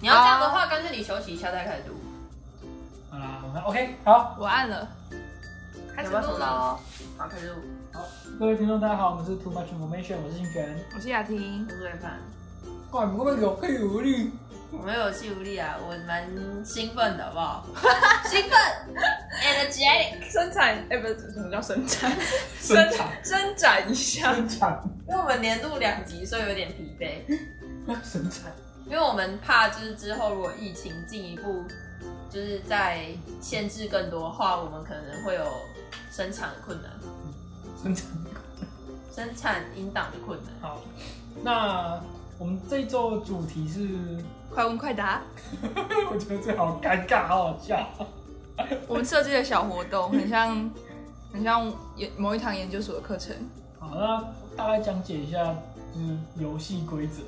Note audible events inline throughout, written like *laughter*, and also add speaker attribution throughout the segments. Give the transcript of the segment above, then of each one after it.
Speaker 1: 你要这样的话，干脆你休息一下再开始录。
Speaker 2: 好啦，我们 OK，好，
Speaker 3: 我按了，开
Speaker 1: 有
Speaker 3: 始
Speaker 1: 没有
Speaker 3: 录
Speaker 1: 什么
Speaker 3: 了。
Speaker 1: 哦？好，开始录。
Speaker 2: 各位听众大家好，我们是 Too Much Information，我是新泉。
Speaker 3: 我是雅婷
Speaker 1: 我，是规范，
Speaker 2: 哇，你会不会给我配无力？
Speaker 1: 我没有气无力啊，我蛮兴奋的，好不好？ *laughs* 兴奋，energetic。
Speaker 3: 伸展，哎、不是什么叫伸展？ *laughs*
Speaker 2: 生产，
Speaker 3: 伸展一下。
Speaker 2: 生产，
Speaker 1: 因为我们连录两集，所以有点疲惫，
Speaker 2: 生产。
Speaker 1: 因为我们怕就是之后如果疫情进一步就是在限制更多的话，我们可能会有生产的困难，
Speaker 2: 生产。
Speaker 1: 生产引导的困难。
Speaker 2: 好，那我们这一周的主题是，
Speaker 3: 快问快答，
Speaker 2: 我觉得这好尴尬，好好笑。
Speaker 3: 我们设计的小活动很像， *laughs* 很像研某一堂研究所的课程。
Speaker 2: 好，那大概讲解一下就是游戏规则。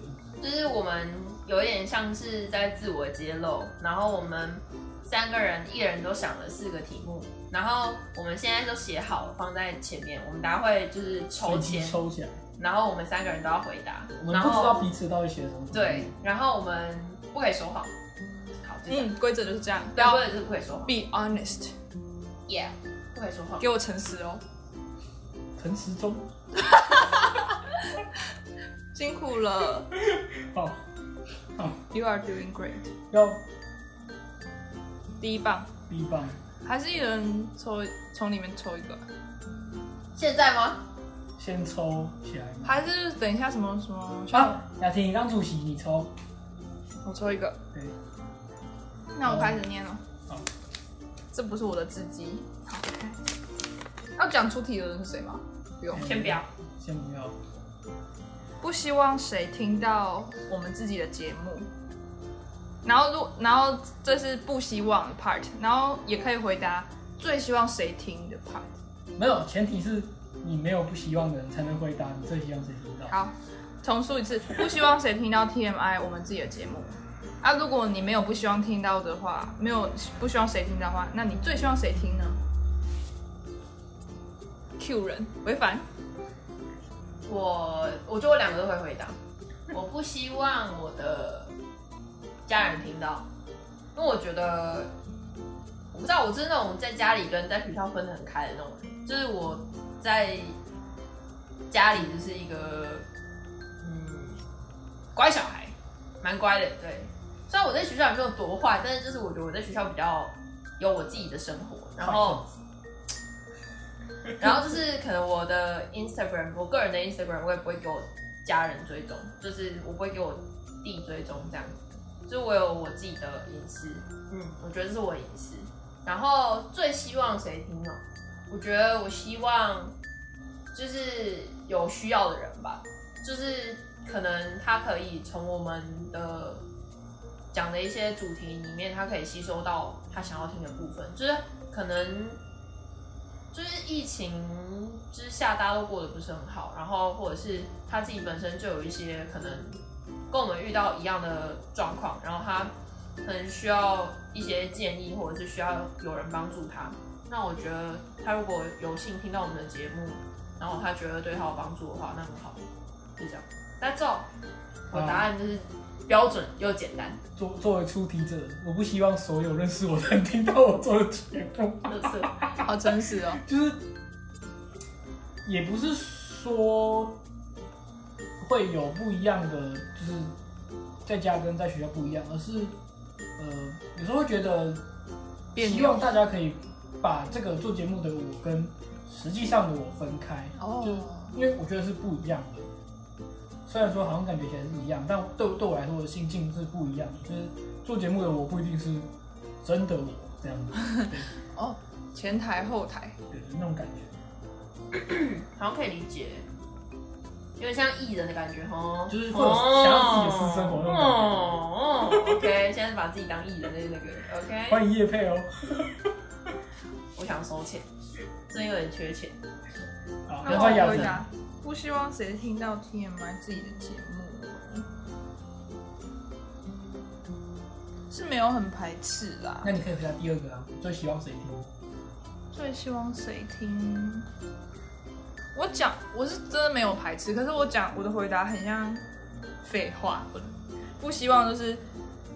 Speaker 1: 就是我们有点像是在自我揭露，然后我们三个人一人都想了四个题目，然后我们现在都写好了放在前面，我们大家会就是抽
Speaker 2: 随
Speaker 1: 签
Speaker 2: 机，抽起来，
Speaker 1: 然后我们三个人都要回答，
Speaker 2: 我们
Speaker 1: 然
Speaker 2: 不知道
Speaker 1: 后
Speaker 2: 彼此到底写了什么。
Speaker 1: 对，，然后我们不可以说谎，好，就这样，
Speaker 3: 嗯，规则就是这样，不
Speaker 1: 标
Speaker 3: 要
Speaker 1: 准就是不可以说谎
Speaker 3: be honest，
Speaker 1: ，yeah，不可以说谎。
Speaker 3: 给我诚实哦。
Speaker 2: 陈时中。
Speaker 3: 辛苦 *laughs* 了
Speaker 2: 好，
Speaker 3: ，You are doing great。
Speaker 2: 要
Speaker 3: 第一棒，
Speaker 2: B 棒。
Speaker 3: 还是一人抽，从里面抽一个，
Speaker 1: 现在吗？
Speaker 2: 先抽起来嘛。
Speaker 3: 还是等一下什么什么？
Speaker 2: 啊，雅婷，你当主席，你抽。
Speaker 3: 我抽一个。
Speaker 2: 对，
Speaker 3: 那我开始念了。
Speaker 2: 好
Speaker 3: 这不是我的字迹。好，开要讲出题的人是谁吗？不用。
Speaker 1: 先不要，
Speaker 2: 先不要。
Speaker 3: 不希望谁听到我们自己的节目。然后如，然后这是不希望的 part，然后也可以回答最希望谁听的 part。
Speaker 2: 没有，前提是你没有不希望的人才能回答你最希望谁听到。
Speaker 3: 好，重述一次，不希望谁听到 TMI 我们自己的节目。啊，如果你没有不希望听到的话，没有不希望谁听到的话，那你最希望谁听呢？Q 人，违反。
Speaker 1: 我我觉得我两个都会回答，我不希望我的家人听到，因为我觉得我不知道，我是那种在家里跟在学校分得很开的那种人，就是我在家里就是一个嗯乖小孩，蛮乖的，对。虽然我在学校也没有多坏，但是就是我觉得我在学校比较有我自己的生活，然后。 *laughs* 然后就是可能我的 Instagram，我个人的 Instagram 我也不会给我家人追踪，就是我不会给我弟追踪这样子，就是我有我自己的隐私，嗯，我觉得这是我的隐私。然后最希望谁听哦？我觉得我希望就是有需要的人吧，就是可能他可以从我们的讲的一些主题里面，他可以吸收到他想要听的部分，就是可能就是疫情之下，大家都过得不是很好，然后或者是他自己本身就有一些可能跟我们遇到一样的状况，然后他可能需要一些建议，或者是需要有人帮助他。那我觉得他如果有幸听到我们的节目，然后他觉得对他有帮助的话，那很好，就这样。那这种我答案就是标准又简单，
Speaker 2: 作作为出题者，我不希望所有认识我的人听到我做的节目，
Speaker 1: 就是
Speaker 3: 好真实哦。
Speaker 2: 就是也不是说会有不一样的，就是在家跟在学校不一样，而是呃有时候会觉得
Speaker 3: 别扭
Speaker 2: 希望大家可以把这个做节目的我跟实际上的我分开，就是
Speaker 3: 哦，
Speaker 2: 因为我觉得是不一样的。虽然说好像感觉起来是一样，但对对我来说我的心境是不一样的。就是做节目的我不一定是真的我这样子，
Speaker 3: 前台后台，
Speaker 2: 对，就是那种感觉，
Speaker 1: 好像可以理解，有点像艺人的感觉哦，
Speaker 2: 就是会有想要自己的私生活那种感觉
Speaker 1: 哦哦，OK，现在把自己当艺人的那个 OK，
Speaker 2: 欢迎叶配哦。
Speaker 1: 我想收钱，最近有点缺钱。
Speaker 2: 好，
Speaker 3: 那
Speaker 2: 然
Speaker 3: 我
Speaker 2: 后雅
Speaker 3: 回
Speaker 2: 晨，
Speaker 3: 答，不希望谁听到 TMI 自己的节目，是没有很排斥啦。
Speaker 2: 那你可以回答第二个啊，最希望谁听？
Speaker 3: 最希望谁听？我讲我是真的没有排斥，可是我讲我的回答很像废话，我不希望就是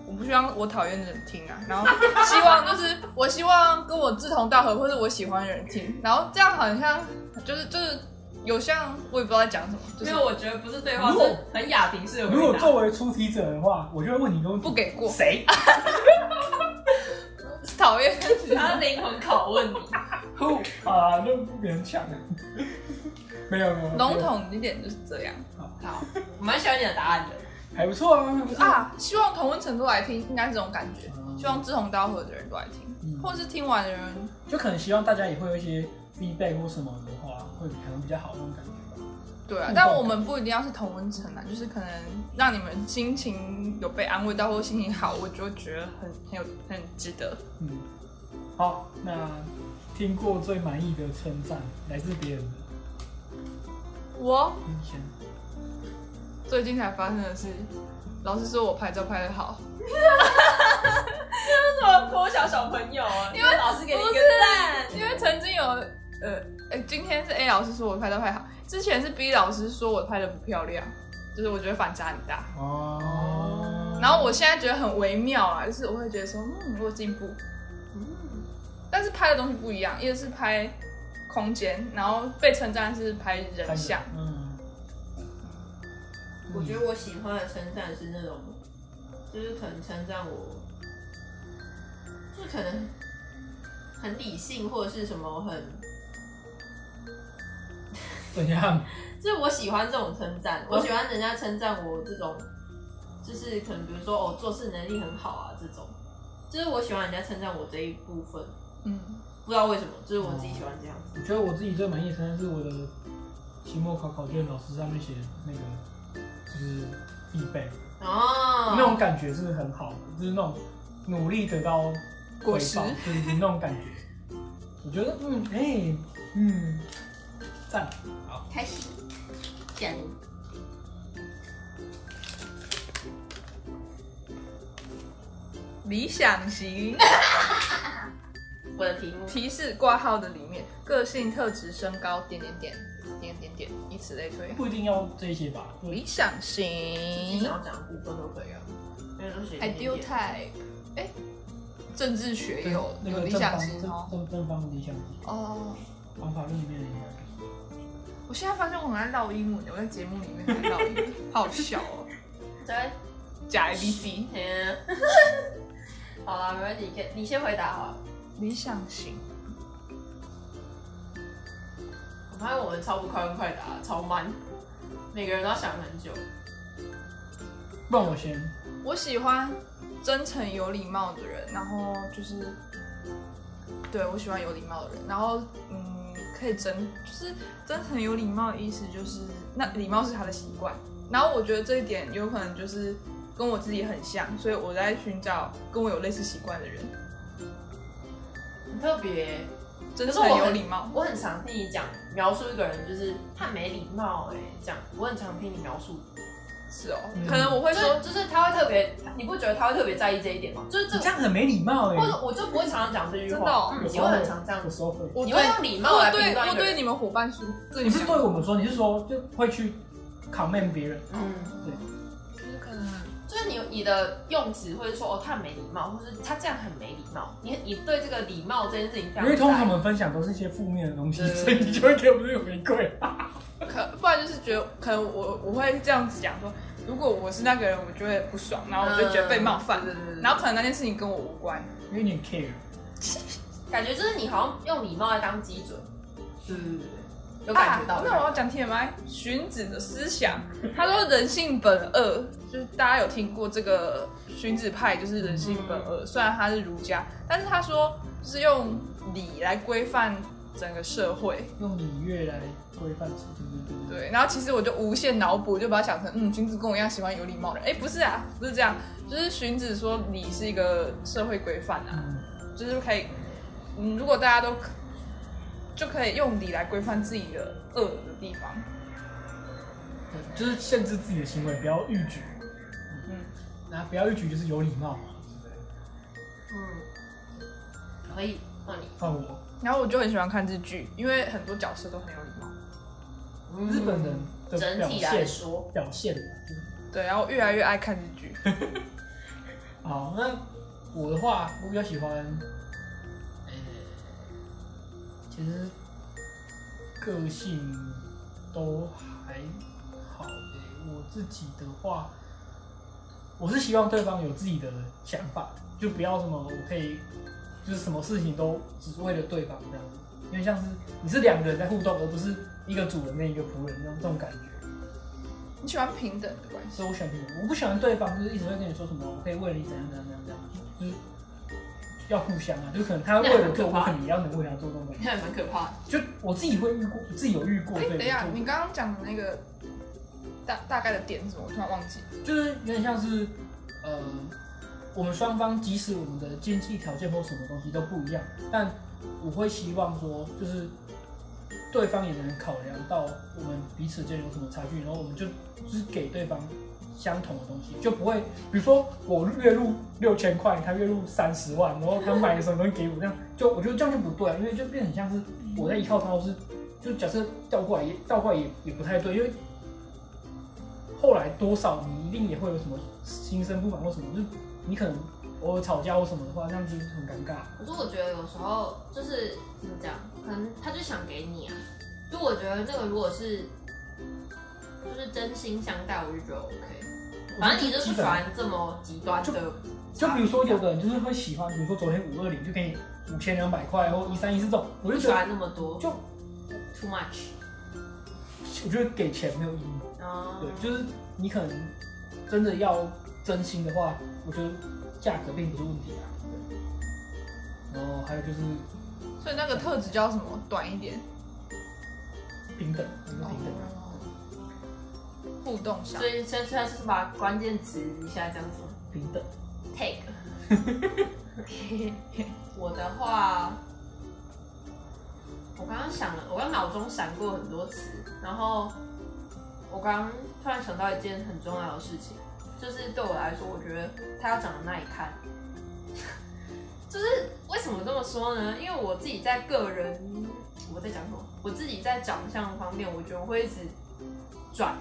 Speaker 3: 我不希望我讨厌的人听啊，然后希望就是我希望跟我志同道合或者我喜欢的人听，然后这样好像就是就是有像我也不知道在讲什么，就
Speaker 1: 因
Speaker 3: 是
Speaker 1: 为我觉得不是对话，
Speaker 2: 如果
Speaker 1: 是很亚平式的回答。
Speaker 2: 如果作为出题者的话，我就会问你一个问题：
Speaker 3: 不
Speaker 2: *laughs*
Speaker 3: 给过
Speaker 2: 谁？
Speaker 3: *laughs* 讨厌 *laughs* 的人
Speaker 1: 他灵魂拷问你，
Speaker 2: 啊，那不勉强。 *laughs* 没有没有，
Speaker 3: 笼统一点就是这样
Speaker 1: 好，我蛮喜欢你的答案的。
Speaker 2: 还不错啊，还不错。
Speaker 3: 啊。希望同温层都来听，应该是这种感觉。希望志同道合的人都来
Speaker 2: 嗯
Speaker 3: 听，或者是听完的人
Speaker 2: 就可能希望大家也会有一些 feedback 或什么的话，会可能比较好那种感觉吧。
Speaker 3: 对啊
Speaker 2: 嗯，
Speaker 3: 但我们不一定要是同温层啊，就是可能让你们心情有被安慰到，或心情好，我就会觉得很很有很值得。
Speaker 2: 嗯，好，那听过最满意的称赞来自别人的，
Speaker 3: 我
Speaker 2: 你先。
Speaker 3: 最近才发生的事，老师说我拍照拍的好，
Speaker 1: 为什么国小小朋友啊？因为老师给你一
Speaker 3: 不
Speaker 1: 个
Speaker 3: 是
Speaker 1: 赞，
Speaker 3: 因为曾经有呃呃，今天是 A 老师说我拍照拍好，之前是 B 老师说我拍的不漂亮，就是我觉得反差很大。
Speaker 2: 哦
Speaker 3: 然后我现在觉得很微妙啊，就是我会觉得说，嗯，我有进步，但是拍的东西不一样，一个是拍空间，然后被称赞是拍人像，，
Speaker 2: 嗯，
Speaker 1: 我觉得我喜欢的称赞是那种，就是可能称赞我，就可能很理性或者是什么很，
Speaker 2: 怎样？
Speaker 1: 就是我喜欢这种称赞，我喜欢人家称赞我这种，就是可能比如说哦做事能力很好啊这种，就是我喜欢人家称赞我这一部分，
Speaker 3: 嗯，
Speaker 1: 不知道为什么，就是我自己喜欢这样子。
Speaker 2: 我觉得我自己最满意的称赞是我的期末考考卷老师上面写的那个，就是 feedback，、
Speaker 3: 嗯
Speaker 1: 哦，
Speaker 2: 那种感觉是很好的，就是那种努力得到回报，
Speaker 3: 果
Speaker 2: 就
Speaker 3: 实
Speaker 2: 是那种感觉。我觉得，嗯，哎、嗯，赞，好，
Speaker 1: 开心，加油！
Speaker 3: 理想型
Speaker 1: 我的题目
Speaker 3: 提示挂号的里面，个性特质、身高，点点点，点点点，以此类推。
Speaker 2: 不一定要这些吧，就
Speaker 3: 理想
Speaker 1: 你
Speaker 3: 型
Speaker 1: 想要讲的部分都可以啊，因为都是一点
Speaker 3: ，ideal
Speaker 1: 点
Speaker 3: type，哎、政治学有
Speaker 2: 那
Speaker 3: 有
Speaker 2: 个
Speaker 3: 理
Speaker 2: 正
Speaker 3: 想
Speaker 2: 方
Speaker 3: 型
Speaker 2: 正
Speaker 3: 哦。
Speaker 2: 正正方理想型
Speaker 3: 哦，
Speaker 2: 方法论里面的理想型。
Speaker 3: 我现在发现我很爱绕英文，我在节目里面还绕英
Speaker 2: *laughs*
Speaker 3: 文，好好笑哦。
Speaker 1: 对。
Speaker 3: 假 A B C，
Speaker 1: 天，啊 *laughs* 好啦，没问题，可以你先回答啊好了。
Speaker 3: 理想型，
Speaker 1: 我发现我们超不快问快答，超慢，每个人都要想很久。
Speaker 2: 不然我先，
Speaker 3: 我喜欢真诚有礼貌的人，然后就是，对我喜欢有礼貌的人，然后嗯，可以真就是真诚有礼貌的意思就是，那礼貌是他的习惯，然后我觉得这一点有可能就是跟我自己很像，所以我在寻找跟我有类似习惯的人，
Speaker 1: 很特别，
Speaker 3: 真
Speaker 1: 可是
Speaker 3: 诚
Speaker 1: 我
Speaker 3: 有
Speaker 1: 很
Speaker 3: 礼貌。
Speaker 1: 我很常听你讲描述一个人，就是他没礼貌哎、这样我很常听你描述。
Speaker 3: 是哦，
Speaker 2: 嗯
Speaker 3: 可能我会
Speaker 1: 就
Speaker 3: 说
Speaker 1: 是就是他会特别，你不觉得他会特别在意这一点吗？就是这
Speaker 2: 你这，样很没礼貌哎、
Speaker 1: 或者我就不会常常讲这句
Speaker 3: 真的
Speaker 1: 话
Speaker 3: 哦，
Speaker 1: 嗯你会很常这样
Speaker 2: 有，时候会。
Speaker 3: 我
Speaker 1: 你
Speaker 3: 对
Speaker 1: 会用礼貌
Speaker 3: 我
Speaker 1: 来
Speaker 3: 对
Speaker 1: 评断
Speaker 3: 我
Speaker 1: 一个
Speaker 3: 对
Speaker 1: 人。
Speaker 3: 你们伙伴说，对
Speaker 2: 你
Speaker 3: 你
Speaker 2: 不是
Speaker 3: 们
Speaker 2: 对我们说，你是说就会去 comment 别人，
Speaker 1: 嗯，
Speaker 3: 就是可能
Speaker 1: 就是你你的用词会说哦，他很没礼貌，或是他这样很没礼貌。你你对这个礼貌这件事情非常
Speaker 2: 因为通常
Speaker 1: 在
Speaker 2: 我
Speaker 1: 意
Speaker 2: 们分享都是一些负面的东西，
Speaker 1: 对
Speaker 2: 所以你就会给我们这个回馈。啊
Speaker 3: 可不然就是觉得，可能我我会这样子讲说，如果我是那个人，我就会不爽，然后我就觉得被冒犯，
Speaker 1: 嗯对对对对
Speaker 3: 然后可能那件事情跟我无关，
Speaker 2: 因为你 care，
Speaker 1: 感觉就是你好像用礼貌来当基准，对对对对，有感觉到。
Speaker 3: 啊那我要讲 TMI，荀子的思想，他说人性本恶，就是大家有听过这个荀子派，就是人性本恶。
Speaker 1: 嗯
Speaker 3: 虽然他是儒家，但是他说就是用理来规范整个社会，
Speaker 2: 用礼乐来规范自己，对对对。
Speaker 3: 对，然后其实我就无限脑补，就把它想成，嗯，荀子跟我一样喜欢有礼貌的人。哎，不是啊，不是这样，就是荀子说礼是一个社会规范啊，
Speaker 2: 嗯
Speaker 3: 就是可以，嗯，如果大家都可就可以用礼来规范自己的恶的地方。
Speaker 2: 对就是限制自己的行为，不要逾矩。
Speaker 3: 嗯，
Speaker 2: 那不要逾矩就是有礼貌嘛。
Speaker 1: 嗯，可以，那你
Speaker 2: 换我，
Speaker 3: 然后我就很喜欢看日剧，因为很多角色都很有礼貌。
Speaker 1: 嗯
Speaker 2: 日本人的
Speaker 1: 整
Speaker 2: 表
Speaker 1: 体来
Speaker 2: 现
Speaker 1: 说， *laughs*
Speaker 2: 表现
Speaker 3: 对，然后我越来越爱看日剧。
Speaker 2: 好，那我的话，我比较喜欢，呃，其实个性都还好、欸。我自己的话，我是希望对方有自己的想法，就不要什么我可以，就是什么事情都只是为了对方这样子，因为像是你是两个人在互动，而不是一个主人跟一个仆人那种这种感觉。
Speaker 3: 你喜欢平等的关系，
Speaker 2: 所以我喜欢平等，我不喜欢对方就是一直会跟你说什么，我可以为了你怎样怎样怎样怎样，就是要互相啊，就可能他为了做，我可能也要能为他做这种东西。
Speaker 1: 那也蛮可怕的。
Speaker 2: 就我自己会遇过，自己有遇过
Speaker 3: 哎、
Speaker 2: 这
Speaker 3: 等一下，
Speaker 2: 种，
Speaker 3: 你刚刚讲的那个大大概的点是什么？我突然忘记了。
Speaker 2: 就是有点像是呃，我们双方即使我们的经济条件或什么东西都不一样，但我会希望说，就是对方也能考量到我们彼此间有什么差距，然后我们就只给对方相同的东西，就不会，比如说我月入六千块，他月入三十万，然后他买个什么东西给我，这样就我觉得这样就不对，因为就变得很像是我在依靠他，或是就假设倒过来也倒过来也也不太对，因为后来多少你一定也会有什么心生不满或什么，就是你可能偶尔吵架或什么的话，这样就是很尴尬。
Speaker 1: 可是我觉得有时候就是怎么讲，可能他就想给你啊。就我觉得那个如果是就是真心相待，我就觉得 OK。反正你就
Speaker 2: 基
Speaker 1: 不喜
Speaker 2: 本
Speaker 1: 欢这么极端的
Speaker 2: 就比如说，有的人就是会喜欢，比如说昨天五二零就给你五千两百块或一三一四这种，我
Speaker 1: 不
Speaker 2: 就
Speaker 1: 喜
Speaker 2: 觉得
Speaker 1: 欢那么多
Speaker 2: 就
Speaker 1: too much。
Speaker 2: 我觉得给钱没有意义。
Speaker 1: 哦
Speaker 2: 对，就是你可能真的要真心的话，我觉得价格并不是问题啊。对。然后还有就是
Speaker 3: 所以那个特质叫什么？短一点，
Speaker 2: 平等，你们平等啊。哦
Speaker 3: 互动上
Speaker 1: 所。以现在就是把关键词一下这样子
Speaker 2: 平等，
Speaker 1: take。我的话，我刚刚想了，我刚脑中闪过很多词，然后我刚突然想到一件很重要的事情，就是对我来说，我觉得他要长得耐看。 *laughs* 就是为什么这么说呢？因为我自己在个人，我在讲什么？我自己在长相方面，我觉得我会一直转。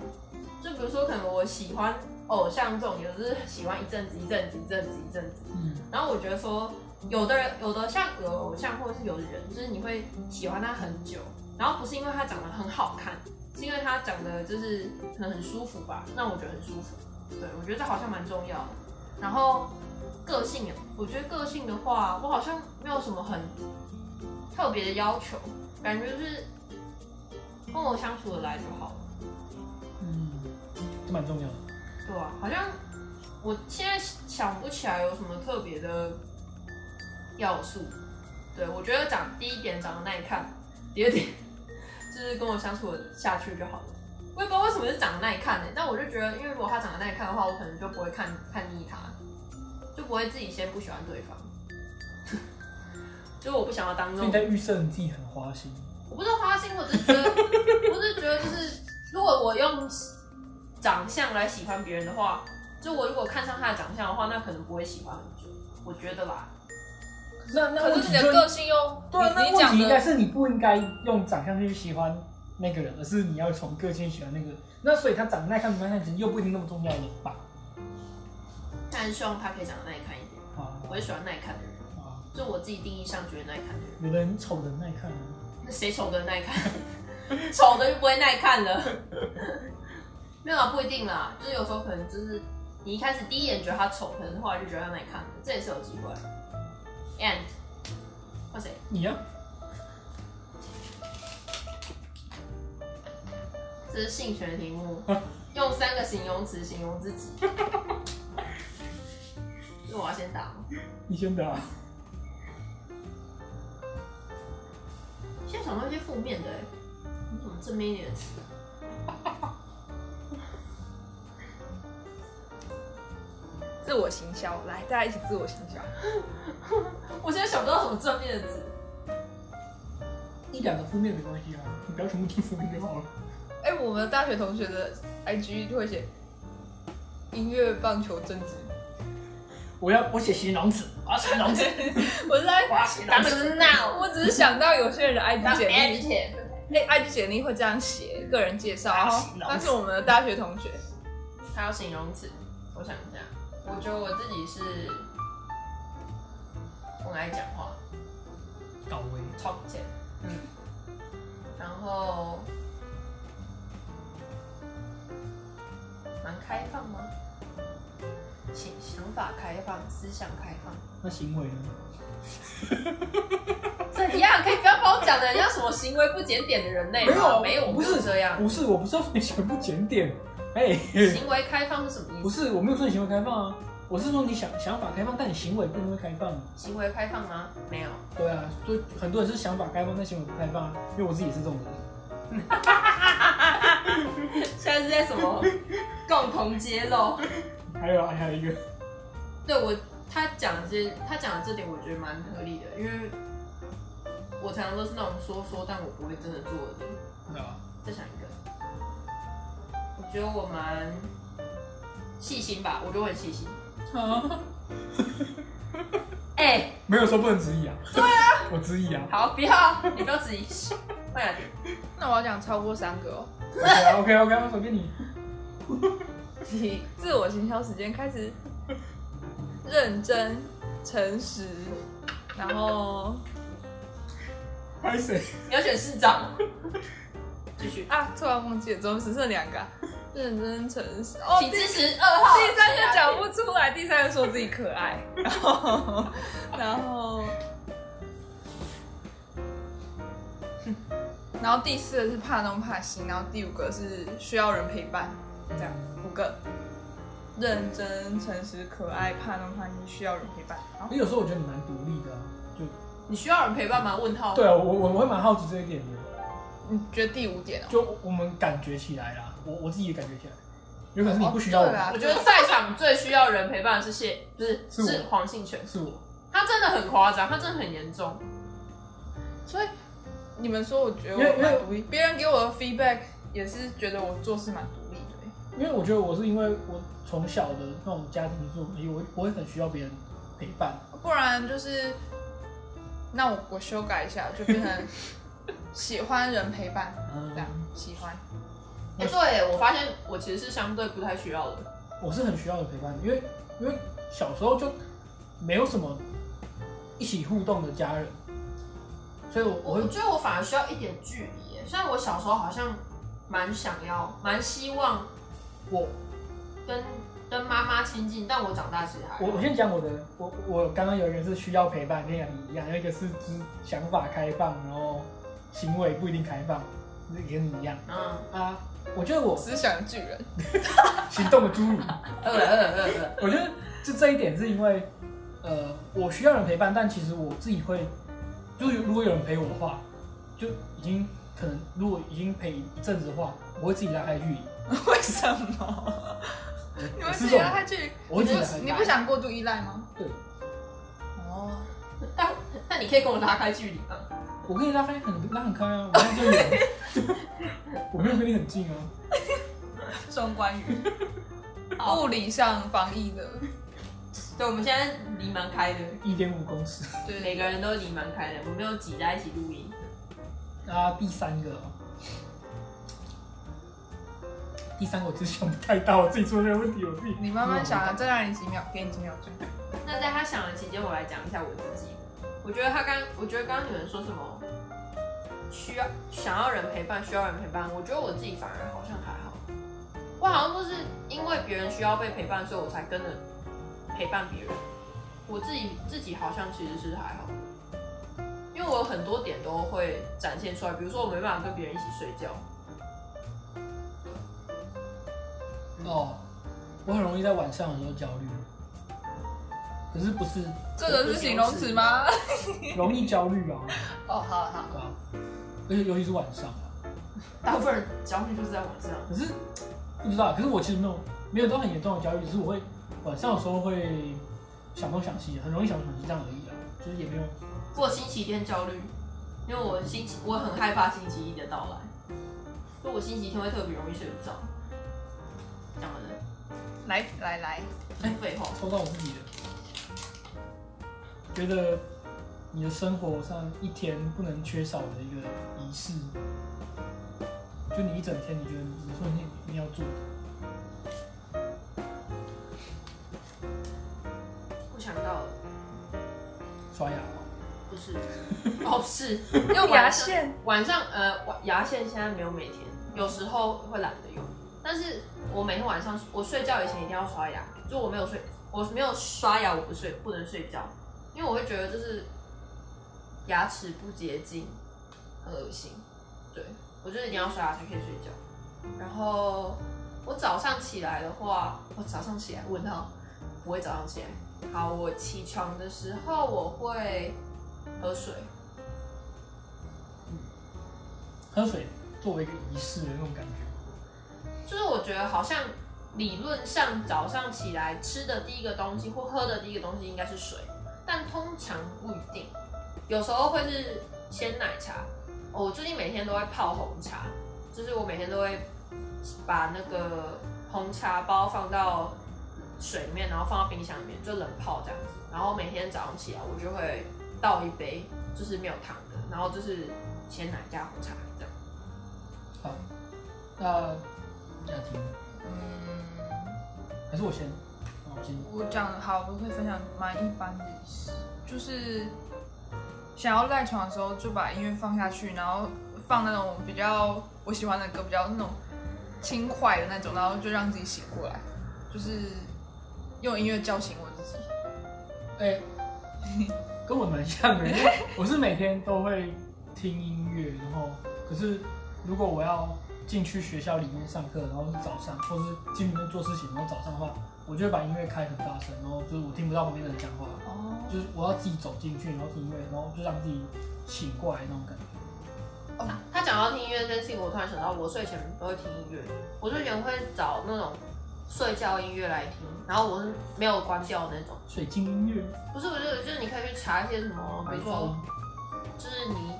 Speaker 1: 就比如说，可能我喜欢偶像这种，也是喜欢一阵子、一阵子、一阵子、一阵子。
Speaker 2: 嗯，
Speaker 1: 然后我觉得说，有的人有的像有的偶像或者是有的人，就是你会喜欢他很久，然后不是因为他长得很好看，是因为他长得就是可能很舒服吧，让我觉得很舒服。对，我觉得这好像蛮重要的。然后个性，我觉得个性的话，我好像没有什么很特别的要求，感觉就是跟我相处得来就好了。
Speaker 2: 嗯，这蛮重要的。
Speaker 1: 对啊，好像我现在想不起来有什么特别的要素。对我觉得长第一点长得耐看，第二点 *laughs* 就是跟我相处得下去就好了。我也不知道为什么是长得耐看呢、欸但我就觉得，因为如果他长得耐看的话，我可能就不会看看腻他，就不会自己先不喜欢对方。 *laughs* 就是我不想要当那
Speaker 2: 所以
Speaker 1: 种
Speaker 2: 你在预设你自己很花心，
Speaker 1: 我不是花心，我只是觉得， *laughs* 我只是觉得就是，如果我用长相来喜欢别人的话，就我如果看上他的长相的话，那可能不会喜欢很久，我觉得啦。
Speaker 2: 那那
Speaker 3: 可
Speaker 2: 问
Speaker 3: 是
Speaker 2: 题
Speaker 3: 你
Speaker 2: 就
Speaker 3: 的个性又，
Speaker 2: 对啊，
Speaker 3: 你
Speaker 2: 那
Speaker 3: 你
Speaker 2: 问
Speaker 3: 讲
Speaker 2: 题应该
Speaker 3: 的
Speaker 2: 是你不应该用长相去喜欢那个人，而是你要从个性喜欢那个人。那所以他长得耐看不耐看，其实又不一定那么重要了吧？
Speaker 1: 但是希望他可以长得耐看一点，
Speaker 2: 啊
Speaker 1: 我也喜欢耐看的人，
Speaker 2: 啊，
Speaker 1: 就我自己定义上觉得耐看的人。
Speaker 2: 有的人丑的耐看，啊
Speaker 1: 那谁丑的耐看？丑的就不会耐看了。没有啊，不一定啦，就是有时候可能就是你一开始第一眼觉得他丑，可能后来就觉得他耐看了，这也是有机会。And 换谁？
Speaker 2: 你啊呀、
Speaker 1: 这是性学题目，用三个形容词形容自己。 *laughs* 那我要先打吗？
Speaker 2: 你先啊答、
Speaker 1: 现在想到一些负面的、欸，你怎么正面一点的词？
Speaker 3: 自我行销，来，大家一起自我行销。
Speaker 1: 我现在想不到什么正面的词。
Speaker 2: 一两个负面没关系啊，你不要全部听负面就好了。
Speaker 3: 哎、我们大学同学的 IG 就会写音乐、棒球、政治。
Speaker 2: 我要我写形容词，我要形容词，
Speaker 3: 我是在 *laughs*
Speaker 2: 我，要形容词。
Speaker 1: now，
Speaker 3: 我只是想到有些人的 IG 简历，
Speaker 1: adjective。
Speaker 3: 那 IG 简历会这样写个人介绍，然后
Speaker 2: 形容词
Speaker 3: 那是我们的大学同学，
Speaker 1: 还有形容词，我想一下，我觉得我自己是很爱讲话
Speaker 2: 高危。
Speaker 1: ，top ten，
Speaker 3: 嗯，
Speaker 1: 然后蛮开放吗？想想法开放，思想开放。
Speaker 2: 那行为呢？
Speaker 1: 怎样？可以不要把我讲的像什么行为不检点的
Speaker 3: 哎
Speaker 1: 人类吗？没有，我
Speaker 2: 不
Speaker 1: 没
Speaker 2: 是
Speaker 1: 有这样。
Speaker 2: 不是，我不是要分全部检点。哎、
Speaker 1: 行为开放是什么意
Speaker 2: 不
Speaker 1: 思？
Speaker 2: 是，我没有说你行为开放啊，我是说你想想法开放，但你行为不一定会开放啊。
Speaker 1: 行为开放吗？没有。
Speaker 2: 对啊，所以很多人是想法开放，但行为不开放啊。因为我自己也是这种人。
Speaker 1: 现在是在什
Speaker 2: *laughs*
Speaker 1: 么共同揭露？
Speaker 2: 还有啊，还有一个，
Speaker 1: 对我，他讲的这他讲的这点，我觉得蛮合理的，因为我常常都是那种说说，但我不会真的做的人。
Speaker 2: 啊
Speaker 1: 再想一个，我觉得我蛮细心吧，我觉得我很细心。
Speaker 2: 啊，
Speaker 1: 哎、
Speaker 2: 没有说不能质疑啊。对啊， *laughs* 我质疑啊。
Speaker 1: 好，不要，你不要质疑。换雅 *laughs* 婷，
Speaker 3: *laughs* 那我要讲超过三个哦。
Speaker 2: OK OK，我随便你。
Speaker 3: 你自我行销时间开始 *laughs* 认真、诚实，然后
Speaker 2: 拍谁？
Speaker 1: 你要选市长，继续。
Speaker 3: 啊，突然忘记了，怎么只剩两个啊、认真、诚实。哦，
Speaker 1: 请
Speaker 3: 第
Speaker 1: 支持二号。
Speaker 3: 第三个讲不出来，第三个说自己可 *laughs* 爱，然后，然后，然后第四个是怕东怕西，然后第五个是需要人陪伴，这样五个。认真、诚实、可爱、怕东怕西，需要人陪伴。好，
Speaker 2: 有时候我觉得你蛮独立的啊、
Speaker 1: 你需要人陪伴吗？问号。
Speaker 2: 对啊，我我我会蛮好奇这一点的。
Speaker 3: 你觉得第五点哦？
Speaker 2: 就我们感觉起来啦，我我自己也感觉起来，有可能是你不需要
Speaker 3: 哦
Speaker 2: 我，
Speaker 3: 对啦
Speaker 1: 我觉得在场最需要人陪伴的是谢，不是
Speaker 2: 是我
Speaker 1: 是黄信全，
Speaker 2: 是我。
Speaker 1: 他真的很夸张，他真的很严重。
Speaker 3: 所以你们说，我觉得
Speaker 2: 因为
Speaker 3: 我蛮独立，别人给我的 feedback 也是觉得我做事蛮独立的欸。
Speaker 2: 因为我觉得我是因为我从小的那种家庭因素，所以我我会很需要别人陪伴。
Speaker 3: 不然就是，那我我修改一下，就变成喜欢人陪伴，
Speaker 2: 嗯
Speaker 3: 这样喜欢。
Speaker 1: 哎、对我发现我其实是相对不太需要的，
Speaker 2: 我是很需要人陪伴的，因为因为小时候就没有什么一起互动的家人，所以我我
Speaker 1: 我
Speaker 2: 会
Speaker 1: 我觉得我反而需要一点距离耶。虽然我小时候好像蛮想要，蛮希望
Speaker 2: 我
Speaker 1: 跟跟妈妈亲近，但我长大其实还好
Speaker 2: 我我先讲我的，我我刚刚有一个是需要陪伴，跟雅怡一样，有一个是就是想法开放，然后行为不一定开放，也跟你一样
Speaker 1: 嗯，
Speaker 2: 啊。我觉得我
Speaker 3: 思想巨人，
Speaker 2: 行动的侏儒。
Speaker 1: 饿了饿了饿了饿了，
Speaker 2: 我觉得就这一点是因为，呃，我需要人陪伴，但其实我自己会，就是如果有人陪我的话，就已经可能如果已经陪一阵子的话，我会自己拉开距离。
Speaker 3: 为什么？你
Speaker 2: 我
Speaker 3: 会
Speaker 2: 是
Speaker 3: 自
Speaker 2: 这
Speaker 3: 己
Speaker 2: 种
Speaker 3: 拉，开去？
Speaker 2: 我会
Speaker 3: 你
Speaker 2: 自
Speaker 3: 不
Speaker 2: 己拉开距离
Speaker 3: 你不想过度依赖吗？
Speaker 2: 对，
Speaker 3: 哦，
Speaker 1: *laughs* 但但你可以跟我拉开距离吗？
Speaker 2: 我可以拉开很拉很开啊，我跟你远，我没有跟你很近啊。
Speaker 3: 双关语，
Speaker 1: 好
Speaker 3: 物理上防疫的，
Speaker 1: 对，我们现在离蛮开的，
Speaker 2: 一点五公尺
Speaker 3: 对，
Speaker 1: 每个人都离蛮开的，我们没有挤在一起录音。
Speaker 2: 啊，第三个哦，第三个我真想不太到，我自己出这个问题，我自己
Speaker 3: 你慢慢想啊，再让你几秒，给你几秒钟。
Speaker 1: 那在他想的期间，我来讲一下我自己。我觉得他刚，我觉得刚刚有人说什么需要想要人陪伴，需要人陪伴。我觉得我自己反而好像还好，我好像都是因为别人需要被陪伴，所以我才跟着陪伴别人。我自己自己好像其实是还好，因为我有很多点都会展现出来，比如说我没办法跟别人一起睡觉，
Speaker 2: 哦，我很容易在晚上的时候焦虑，可是不是
Speaker 3: 这个是形容词吗？
Speaker 2: 容易焦虑啊，
Speaker 3: 哦，好了好了
Speaker 2: 对吧？而且尤其是晚上啊，
Speaker 1: 大部分人焦虑就是在晚上。
Speaker 2: 可是不知道，啊可是我其实没有没有到很严重的焦虑，只是我会晚上的时候会想东想西，很容易想东想西这样而已啊，就是也没有
Speaker 1: 过星期天焦虑，因为我星期我很害怕星期一的到来，所以我星期天会特别容易睡不着。讲完了，
Speaker 3: 来来来，
Speaker 1: 废话。
Speaker 2: 抽到我自己的，觉得你的生活上一天不能缺少的一个仪式，就你一整天，你觉得你说你一定要做的，
Speaker 1: 我想到了，
Speaker 2: 刷牙吗？
Speaker 1: 不是，哦是，
Speaker 3: *laughs* 用牙线，
Speaker 1: 晚上呃晚牙线现在没有每天，有时候会懒得用，但是我每天晚上我睡觉以前一定要刷牙，就我没有睡，我没有刷牙我不睡不能睡觉，因为我会觉得就是牙齿不洁净，很恶心，对我就是一定要刷牙才可以睡觉，然后我早上起来的话，我早上起来问号不会早上起来，好，我起床的时候我会喝水。
Speaker 2: 喝水作为一个仪式的那种感觉，
Speaker 1: 就是我觉得好像理论上早上起来吃的第一个东西或喝的第一个东西应该是水，但通常不一定，有时候会是鲜奶茶。哦我最近每天都会泡红茶，就是我每天都会把那个红茶包放到水里面，然后放到冰箱里面就冷泡这样子。然后每天早上起来我就会倒一杯，就是没有糖的，然后就是鲜奶加红茶这样。
Speaker 2: 好，那雅婷
Speaker 3: 嗯，
Speaker 2: 还是我先，好我先。
Speaker 3: 我讲好，我会分享蛮一般的仪式，就是想要赖床的时候就把音乐放下去，然后放那种比较我喜欢的歌，比较那种轻快的那种，然后就让自己醒过来，就是用音乐叫醒我自己。
Speaker 2: 哎、跟我蛮像的，因为我是每天都会听音乐，然后可是如果我要进去学校里面上课，然后是早上，或是进里面做事情，然后早上的话，我就会把音乐开很大声，然后就是我听不到旁边的人讲话，
Speaker 3: 哦
Speaker 2: 就是我要自己走进去，然后听音乐，然后就让自己醒过来那种感觉。
Speaker 1: 他讲到听音乐这件事情，我突然想到，我睡前都会听音乐，我睡前会找那种睡觉音乐来听，然后我是没有关掉的那种，
Speaker 2: 水晶音乐，
Speaker 1: 不是，我就是就是你可以去查一些什么，比如说就是你，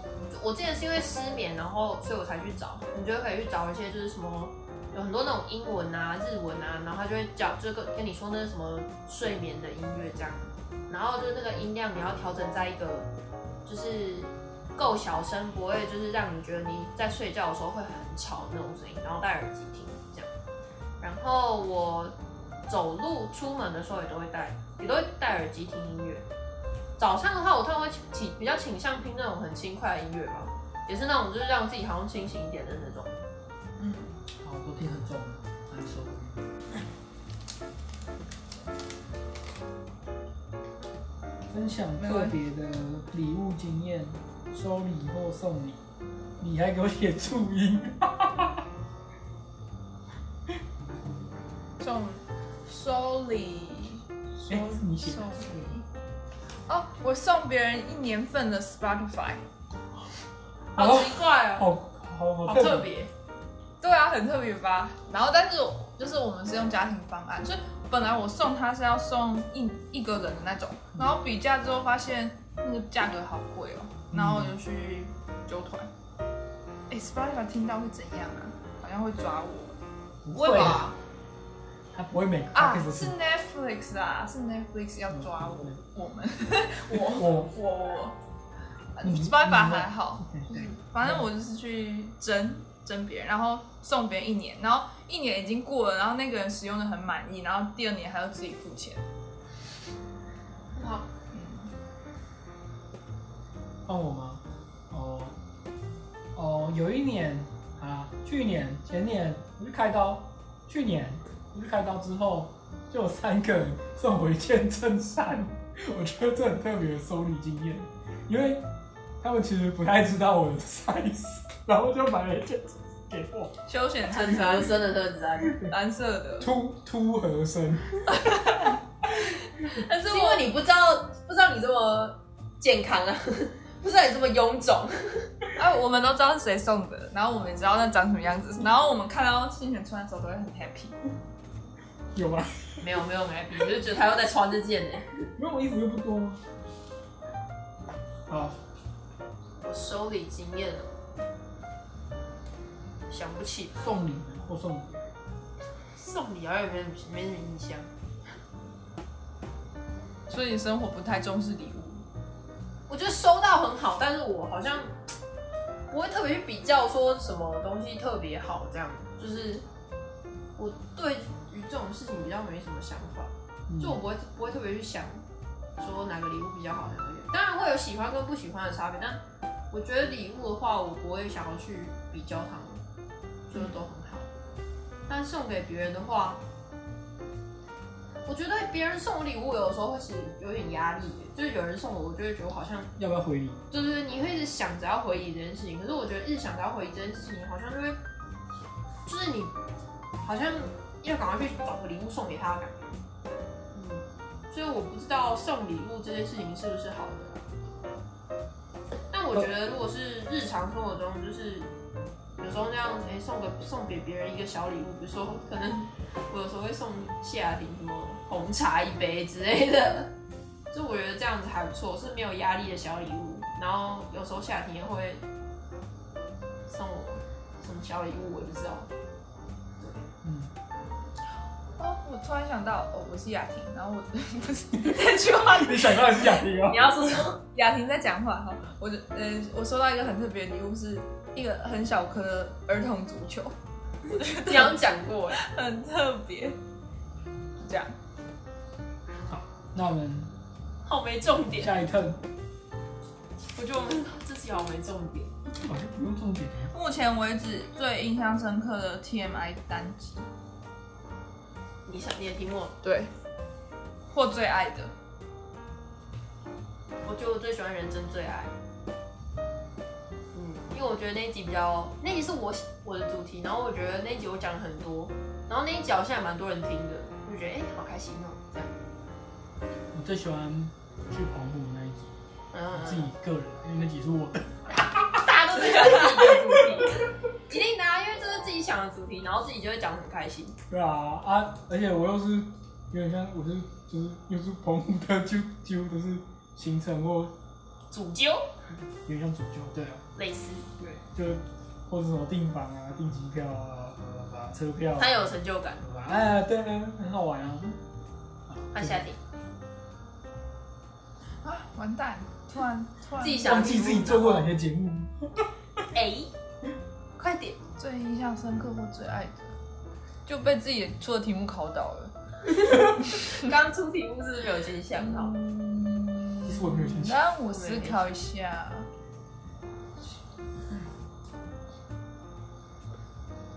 Speaker 1: 我之前是因为失眠，然后所以我才去找，你就可以去找一些就是什么。有很多那种英文啊、日文啊，然后他就会讲，就跟跟你说那是什么睡眠的音乐这样，然后就是那个音量你要调整在一个就是够小声，不会就是让你觉得你在睡觉的时候会很吵那种声音，然后戴耳机听这样。然后我走路出门的时候也都会戴，也都会戴耳机听音乐。早上的话，我通常会倾比较倾向听那种很轻快的音乐吧，也是那种就是让自己好像清醒一点的那种。
Speaker 3: 嗯，
Speaker 2: 好，我都听很重的，难受。分享个别的礼物经验，收礼或送礼，你还给我写注音，
Speaker 3: 送收礼，收
Speaker 2: 哎你写
Speaker 3: 送礼。哦，我送别人一年份的 Spotify。
Speaker 1: 好奇怪哦，
Speaker 2: 好好好
Speaker 1: 好特，别。
Speaker 3: 对啊，很特别吧？然后，但是我就是我们是用家庭方案，所以本来我送他是要送一一个人的那种，然后比价之后发现那个价格好贵哦，然后我就去纠团。哎、s p o t i f y 听到会怎样啊？好像会抓我，
Speaker 2: 不
Speaker 3: 不会啊吧？？
Speaker 2: 他不会每个
Speaker 3: 啊，
Speaker 2: podcast
Speaker 3: 是 Netflix 啊，是嗯 Netflix 要抓我，我们，我
Speaker 2: 我
Speaker 3: 我我
Speaker 2: 你
Speaker 3: ，Spotify
Speaker 2: 你
Speaker 3: 还好，
Speaker 2: 嗯
Speaker 3: 嗯
Speaker 2: 对
Speaker 3: 反正我就是去争争别人，然后送别人一年，然后一年已经过了，然后那个人使用的很满意，然后第二年还要自己付钱。
Speaker 1: 好，
Speaker 2: 换我吗？哦哦，有一年啊，去年前年我去开刀，去年我去开刀之后，就有三个人送我一件衬衫， *laughs* 我觉得这很特别的收礼经验，因为他们其实不太知道我的 size，然 *laughs* 后就买了一件衬衫给我，
Speaker 3: 休闲衬
Speaker 1: 很
Speaker 3: 衫
Speaker 1: 男，生的特质啊，是
Speaker 3: 蓝色
Speaker 2: *laughs*
Speaker 3: 的，
Speaker 2: 凸凸合身，
Speaker 3: 但是
Speaker 1: 因
Speaker 3: 我
Speaker 1: 为你不知道不知道你这么健康啊， *laughs* 不知道你这么臃肿。
Speaker 3: 啊，我们都知道是谁送的，然后我们知道那长什么样子，然后我们看到新人穿的时候都会很 happy。
Speaker 2: 有吗？
Speaker 1: 没有没有没比，我就觉得他又在穿这件呢。
Speaker 2: 因为我衣服又不多吗？啊，
Speaker 1: 我收礼经验了，想不起
Speaker 2: 送礼或送礼，
Speaker 1: 送礼好像也没什么没什么印象。
Speaker 3: 所以你生活不太重视礼物，
Speaker 1: 我觉得收到很好，但是我好像不会特别去比较说什么东西特别好，这样就是我对于这种事情比较没什么想法，
Speaker 2: 嗯
Speaker 1: 就我不会不会特别去想说哪个礼物比较好，哪个礼物当然会有喜欢跟不喜欢的差别，但我觉得礼物的话，我不会想要去比较它们，觉得都很好。但送给别人的话，我觉得别人送我礼物，有时候会是有点压力耶，就是有人送我，我就会觉得我好像
Speaker 2: 要不要回礼？
Speaker 1: 就是你会一直想着要回忆这件事情，可是我觉得一直想着要回忆这件事情，好像就会，就是你好像要赶快去找个礼物送给他的感觉。嗯，所以我不知道送礼物这件事情是不是好的，但我觉得如果是日常生活中，就是有时候那样，哎、送个送给别人一个小礼物，比如说可能我有时候会送谢雅婷什么红茶一杯之类的。就我觉得这样子还不错，是没有压力的小礼物。然后有时候夏天会送我什么小礼物，我也不知道。
Speaker 2: 嗯，
Speaker 3: 哦，我突然想到，哦，我是雅婷，然后我 *laughs* 不是这句话
Speaker 2: 你想到的是雅婷啊
Speaker 3: 你？要说说雅婷在讲话哈，我就呃，我收到一个很特别的礼物，是一个很小颗的儿童足球，
Speaker 1: 你好像讲过哎，
Speaker 3: 很特别，这样
Speaker 2: 那我们
Speaker 1: 好没重点。
Speaker 2: 下一哦 turn
Speaker 1: 我觉得我们这期好没重点。
Speaker 2: 好像不用重点，
Speaker 3: 目前为止最印象深刻的 TMI 单集，
Speaker 1: 你想你的题目，
Speaker 3: 对，或最爱的，
Speaker 1: 我觉得我最喜欢《人生最爱》。嗯，因为我觉得那一集比较，那一集是我我的主题，然后我觉得那一集我讲了很多，然后那一集好像也蛮多人听的，我就觉得哎、好开心哦、这样。
Speaker 2: 我最喜欢去澎湖那一集，我自己
Speaker 1: 嗯，
Speaker 2: 个人，因为那集是
Speaker 1: *laughs*
Speaker 2: 我的。
Speaker 1: 大家都最喜欢自己的主题，一定的、啊，因为这是自己想的主题，然后自己就会讲得很开心。
Speaker 2: 对啊啊！而且我又是有点像，我是就是又是澎湖的，就几乎都是行程或
Speaker 1: 主揪
Speaker 2: 有点像主教，对啊，
Speaker 1: 类似，
Speaker 2: 对，就或者什么订房啊、订机票啊、巴拉巴拉车票啊，
Speaker 1: 他有成就感，
Speaker 2: 巴拉巴拉哎，对啊，很好玩啊。
Speaker 1: 他下定
Speaker 3: 啊，完蛋，突然突然
Speaker 1: 自己想
Speaker 2: 忘记自己做过哪些节目，
Speaker 1: 哎、快点，
Speaker 3: 最印象深刻或最爱的，就被自己出的题目考倒了。
Speaker 1: 刚出题目是不是没有先想好？
Speaker 3: 嗯
Speaker 2: 其实我没有兴趣
Speaker 3: 让我思考一下。
Speaker 2: 嗯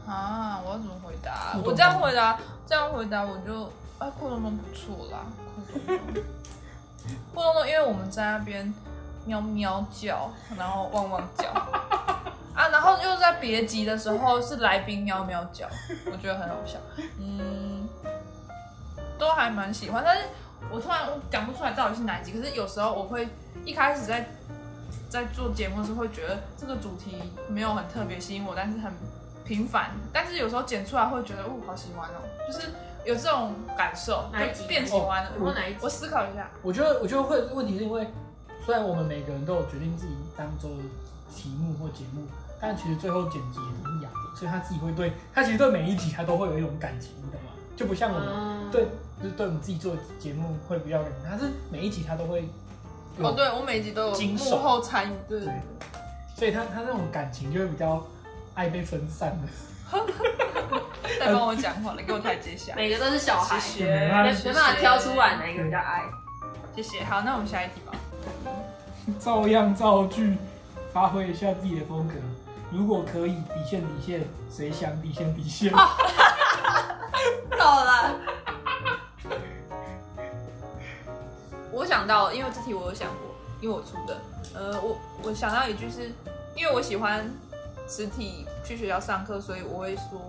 Speaker 3: 啊，我要怎么回答？
Speaker 2: 互动
Speaker 3: 我这样回答，这样回答我就啊，库东东不错啦，库东东，
Speaker 2: *laughs*
Speaker 3: 库东东，因为我们在那边喵喵叫，然后汪汪叫。啊，然后又在别集的时候是来宾喵喵叫，我觉得很好笑，嗯，都还蛮喜欢，但是我突然我讲不出来到底是哪一集，可是有时候我会一开始在在做节目的时候会觉得这个主题没有很特别吸引我，但是很平凡，但是有时候剪出来会觉得哦好喜欢哦，就是有这种感受，
Speaker 1: 哪一集
Speaker 3: 就变喜欢了。
Speaker 1: 然后哪一集
Speaker 3: 我思考一下，
Speaker 2: 我觉得我觉得会问题是因为，虽然我们每个人都有决定自己当周的题目或节目，但其实最后剪辑也是雅的，所以他自己会对他其实对每一集他都会有一种感情，你懂吗？就不像我们。
Speaker 1: 嗯，
Speaker 2: 对，就是对我们自己做的节目会比较感他是每一集他都会有，
Speaker 3: 哦，对我每一集都有
Speaker 2: 经手
Speaker 3: 幕后参与，对对对。
Speaker 2: 对所以他他那种感情就会比较爱被分散的。 *laughs*
Speaker 3: 在帮我讲话了，给我台阶下。
Speaker 1: 每个都是小孩，
Speaker 3: 谢
Speaker 2: 没
Speaker 1: 没
Speaker 2: 办
Speaker 1: 没
Speaker 2: 法
Speaker 1: 办法挑出来哪一个比较爱。
Speaker 3: 谢谢。好，那我们下一题吧。
Speaker 2: 照样造句，发挥一下自己的风格。如果可以，底线底线，谁想底线
Speaker 3: *laughs*
Speaker 2: 底线？
Speaker 1: 够了，
Speaker 3: 我想到，因为这题我有想过，因为我出的。呃，我我想到一句是，因为我喜欢实体去学校上课，所以我会说，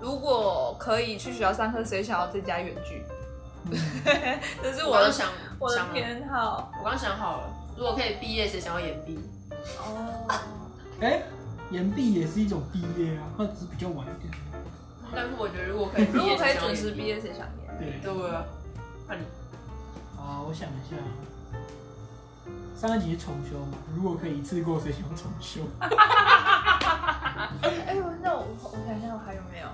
Speaker 3: 如果可以去学校上课，谁想要在家远距？ *laughs* 这是
Speaker 1: 我
Speaker 3: 我
Speaker 1: 刚
Speaker 3: 的
Speaker 1: 想，
Speaker 3: 我的
Speaker 1: 想了，
Speaker 3: 偏好。
Speaker 1: 我刚想好了，如果可以毕业，谁想要演毕？
Speaker 3: 哦，
Speaker 2: 哎、延毕也是一种毕业啊，或者只是比较晚一点。
Speaker 1: 但是我觉得如果可以，
Speaker 3: 如果可以准时毕
Speaker 1: *laughs* 毕业，
Speaker 3: 业，谁想念？
Speaker 2: 对，
Speaker 1: 对啊，换你，
Speaker 2: 啊，我想一下，上一集是重修嘛，如果可以一次过，谁想重修？
Speaker 3: 哎呦，那我我想想我还有没有？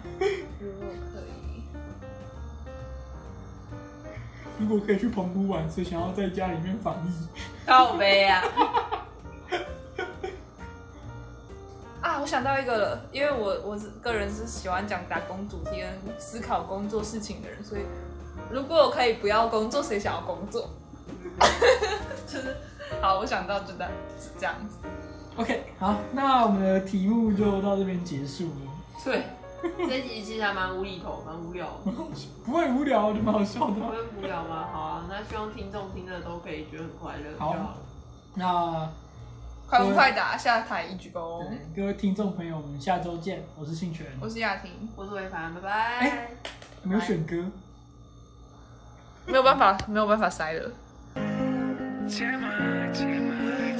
Speaker 3: 如果可以，
Speaker 2: 如果可以去澎湖玩，谁想要在家里面防疫？
Speaker 1: 靠背啊，
Speaker 3: *laughs* 啊，我想到一个了，因为我我是个人是喜欢讲打工主题跟思考工作事情的人，所以如果我可以不要工作，谁想要工作？ *laughs* 就是好，我想到就这这样子。
Speaker 2: OK，好，那我们的题目就到这边结束了。
Speaker 3: 对，
Speaker 1: *laughs* 这集其实还蛮无厘头，蛮无聊的。
Speaker 2: 不会无聊，就蛮好 *laughs* 笑
Speaker 1: 不
Speaker 2: 的。
Speaker 1: 会无聊吗？好啊，那希望听众听的都可以觉得很快乐就
Speaker 2: 好
Speaker 1: 好了。
Speaker 2: 那
Speaker 3: 快问快答，下台一鞠躬。
Speaker 2: 各位听众朋友，我们下周见。我是信泉，
Speaker 3: 我是雅婷，
Speaker 1: 我是伟凡，拜拜。
Speaker 2: 哎没有选歌。
Speaker 3: 没有办法，没有办法塞了。
Speaker 4: Gemma, Gemma.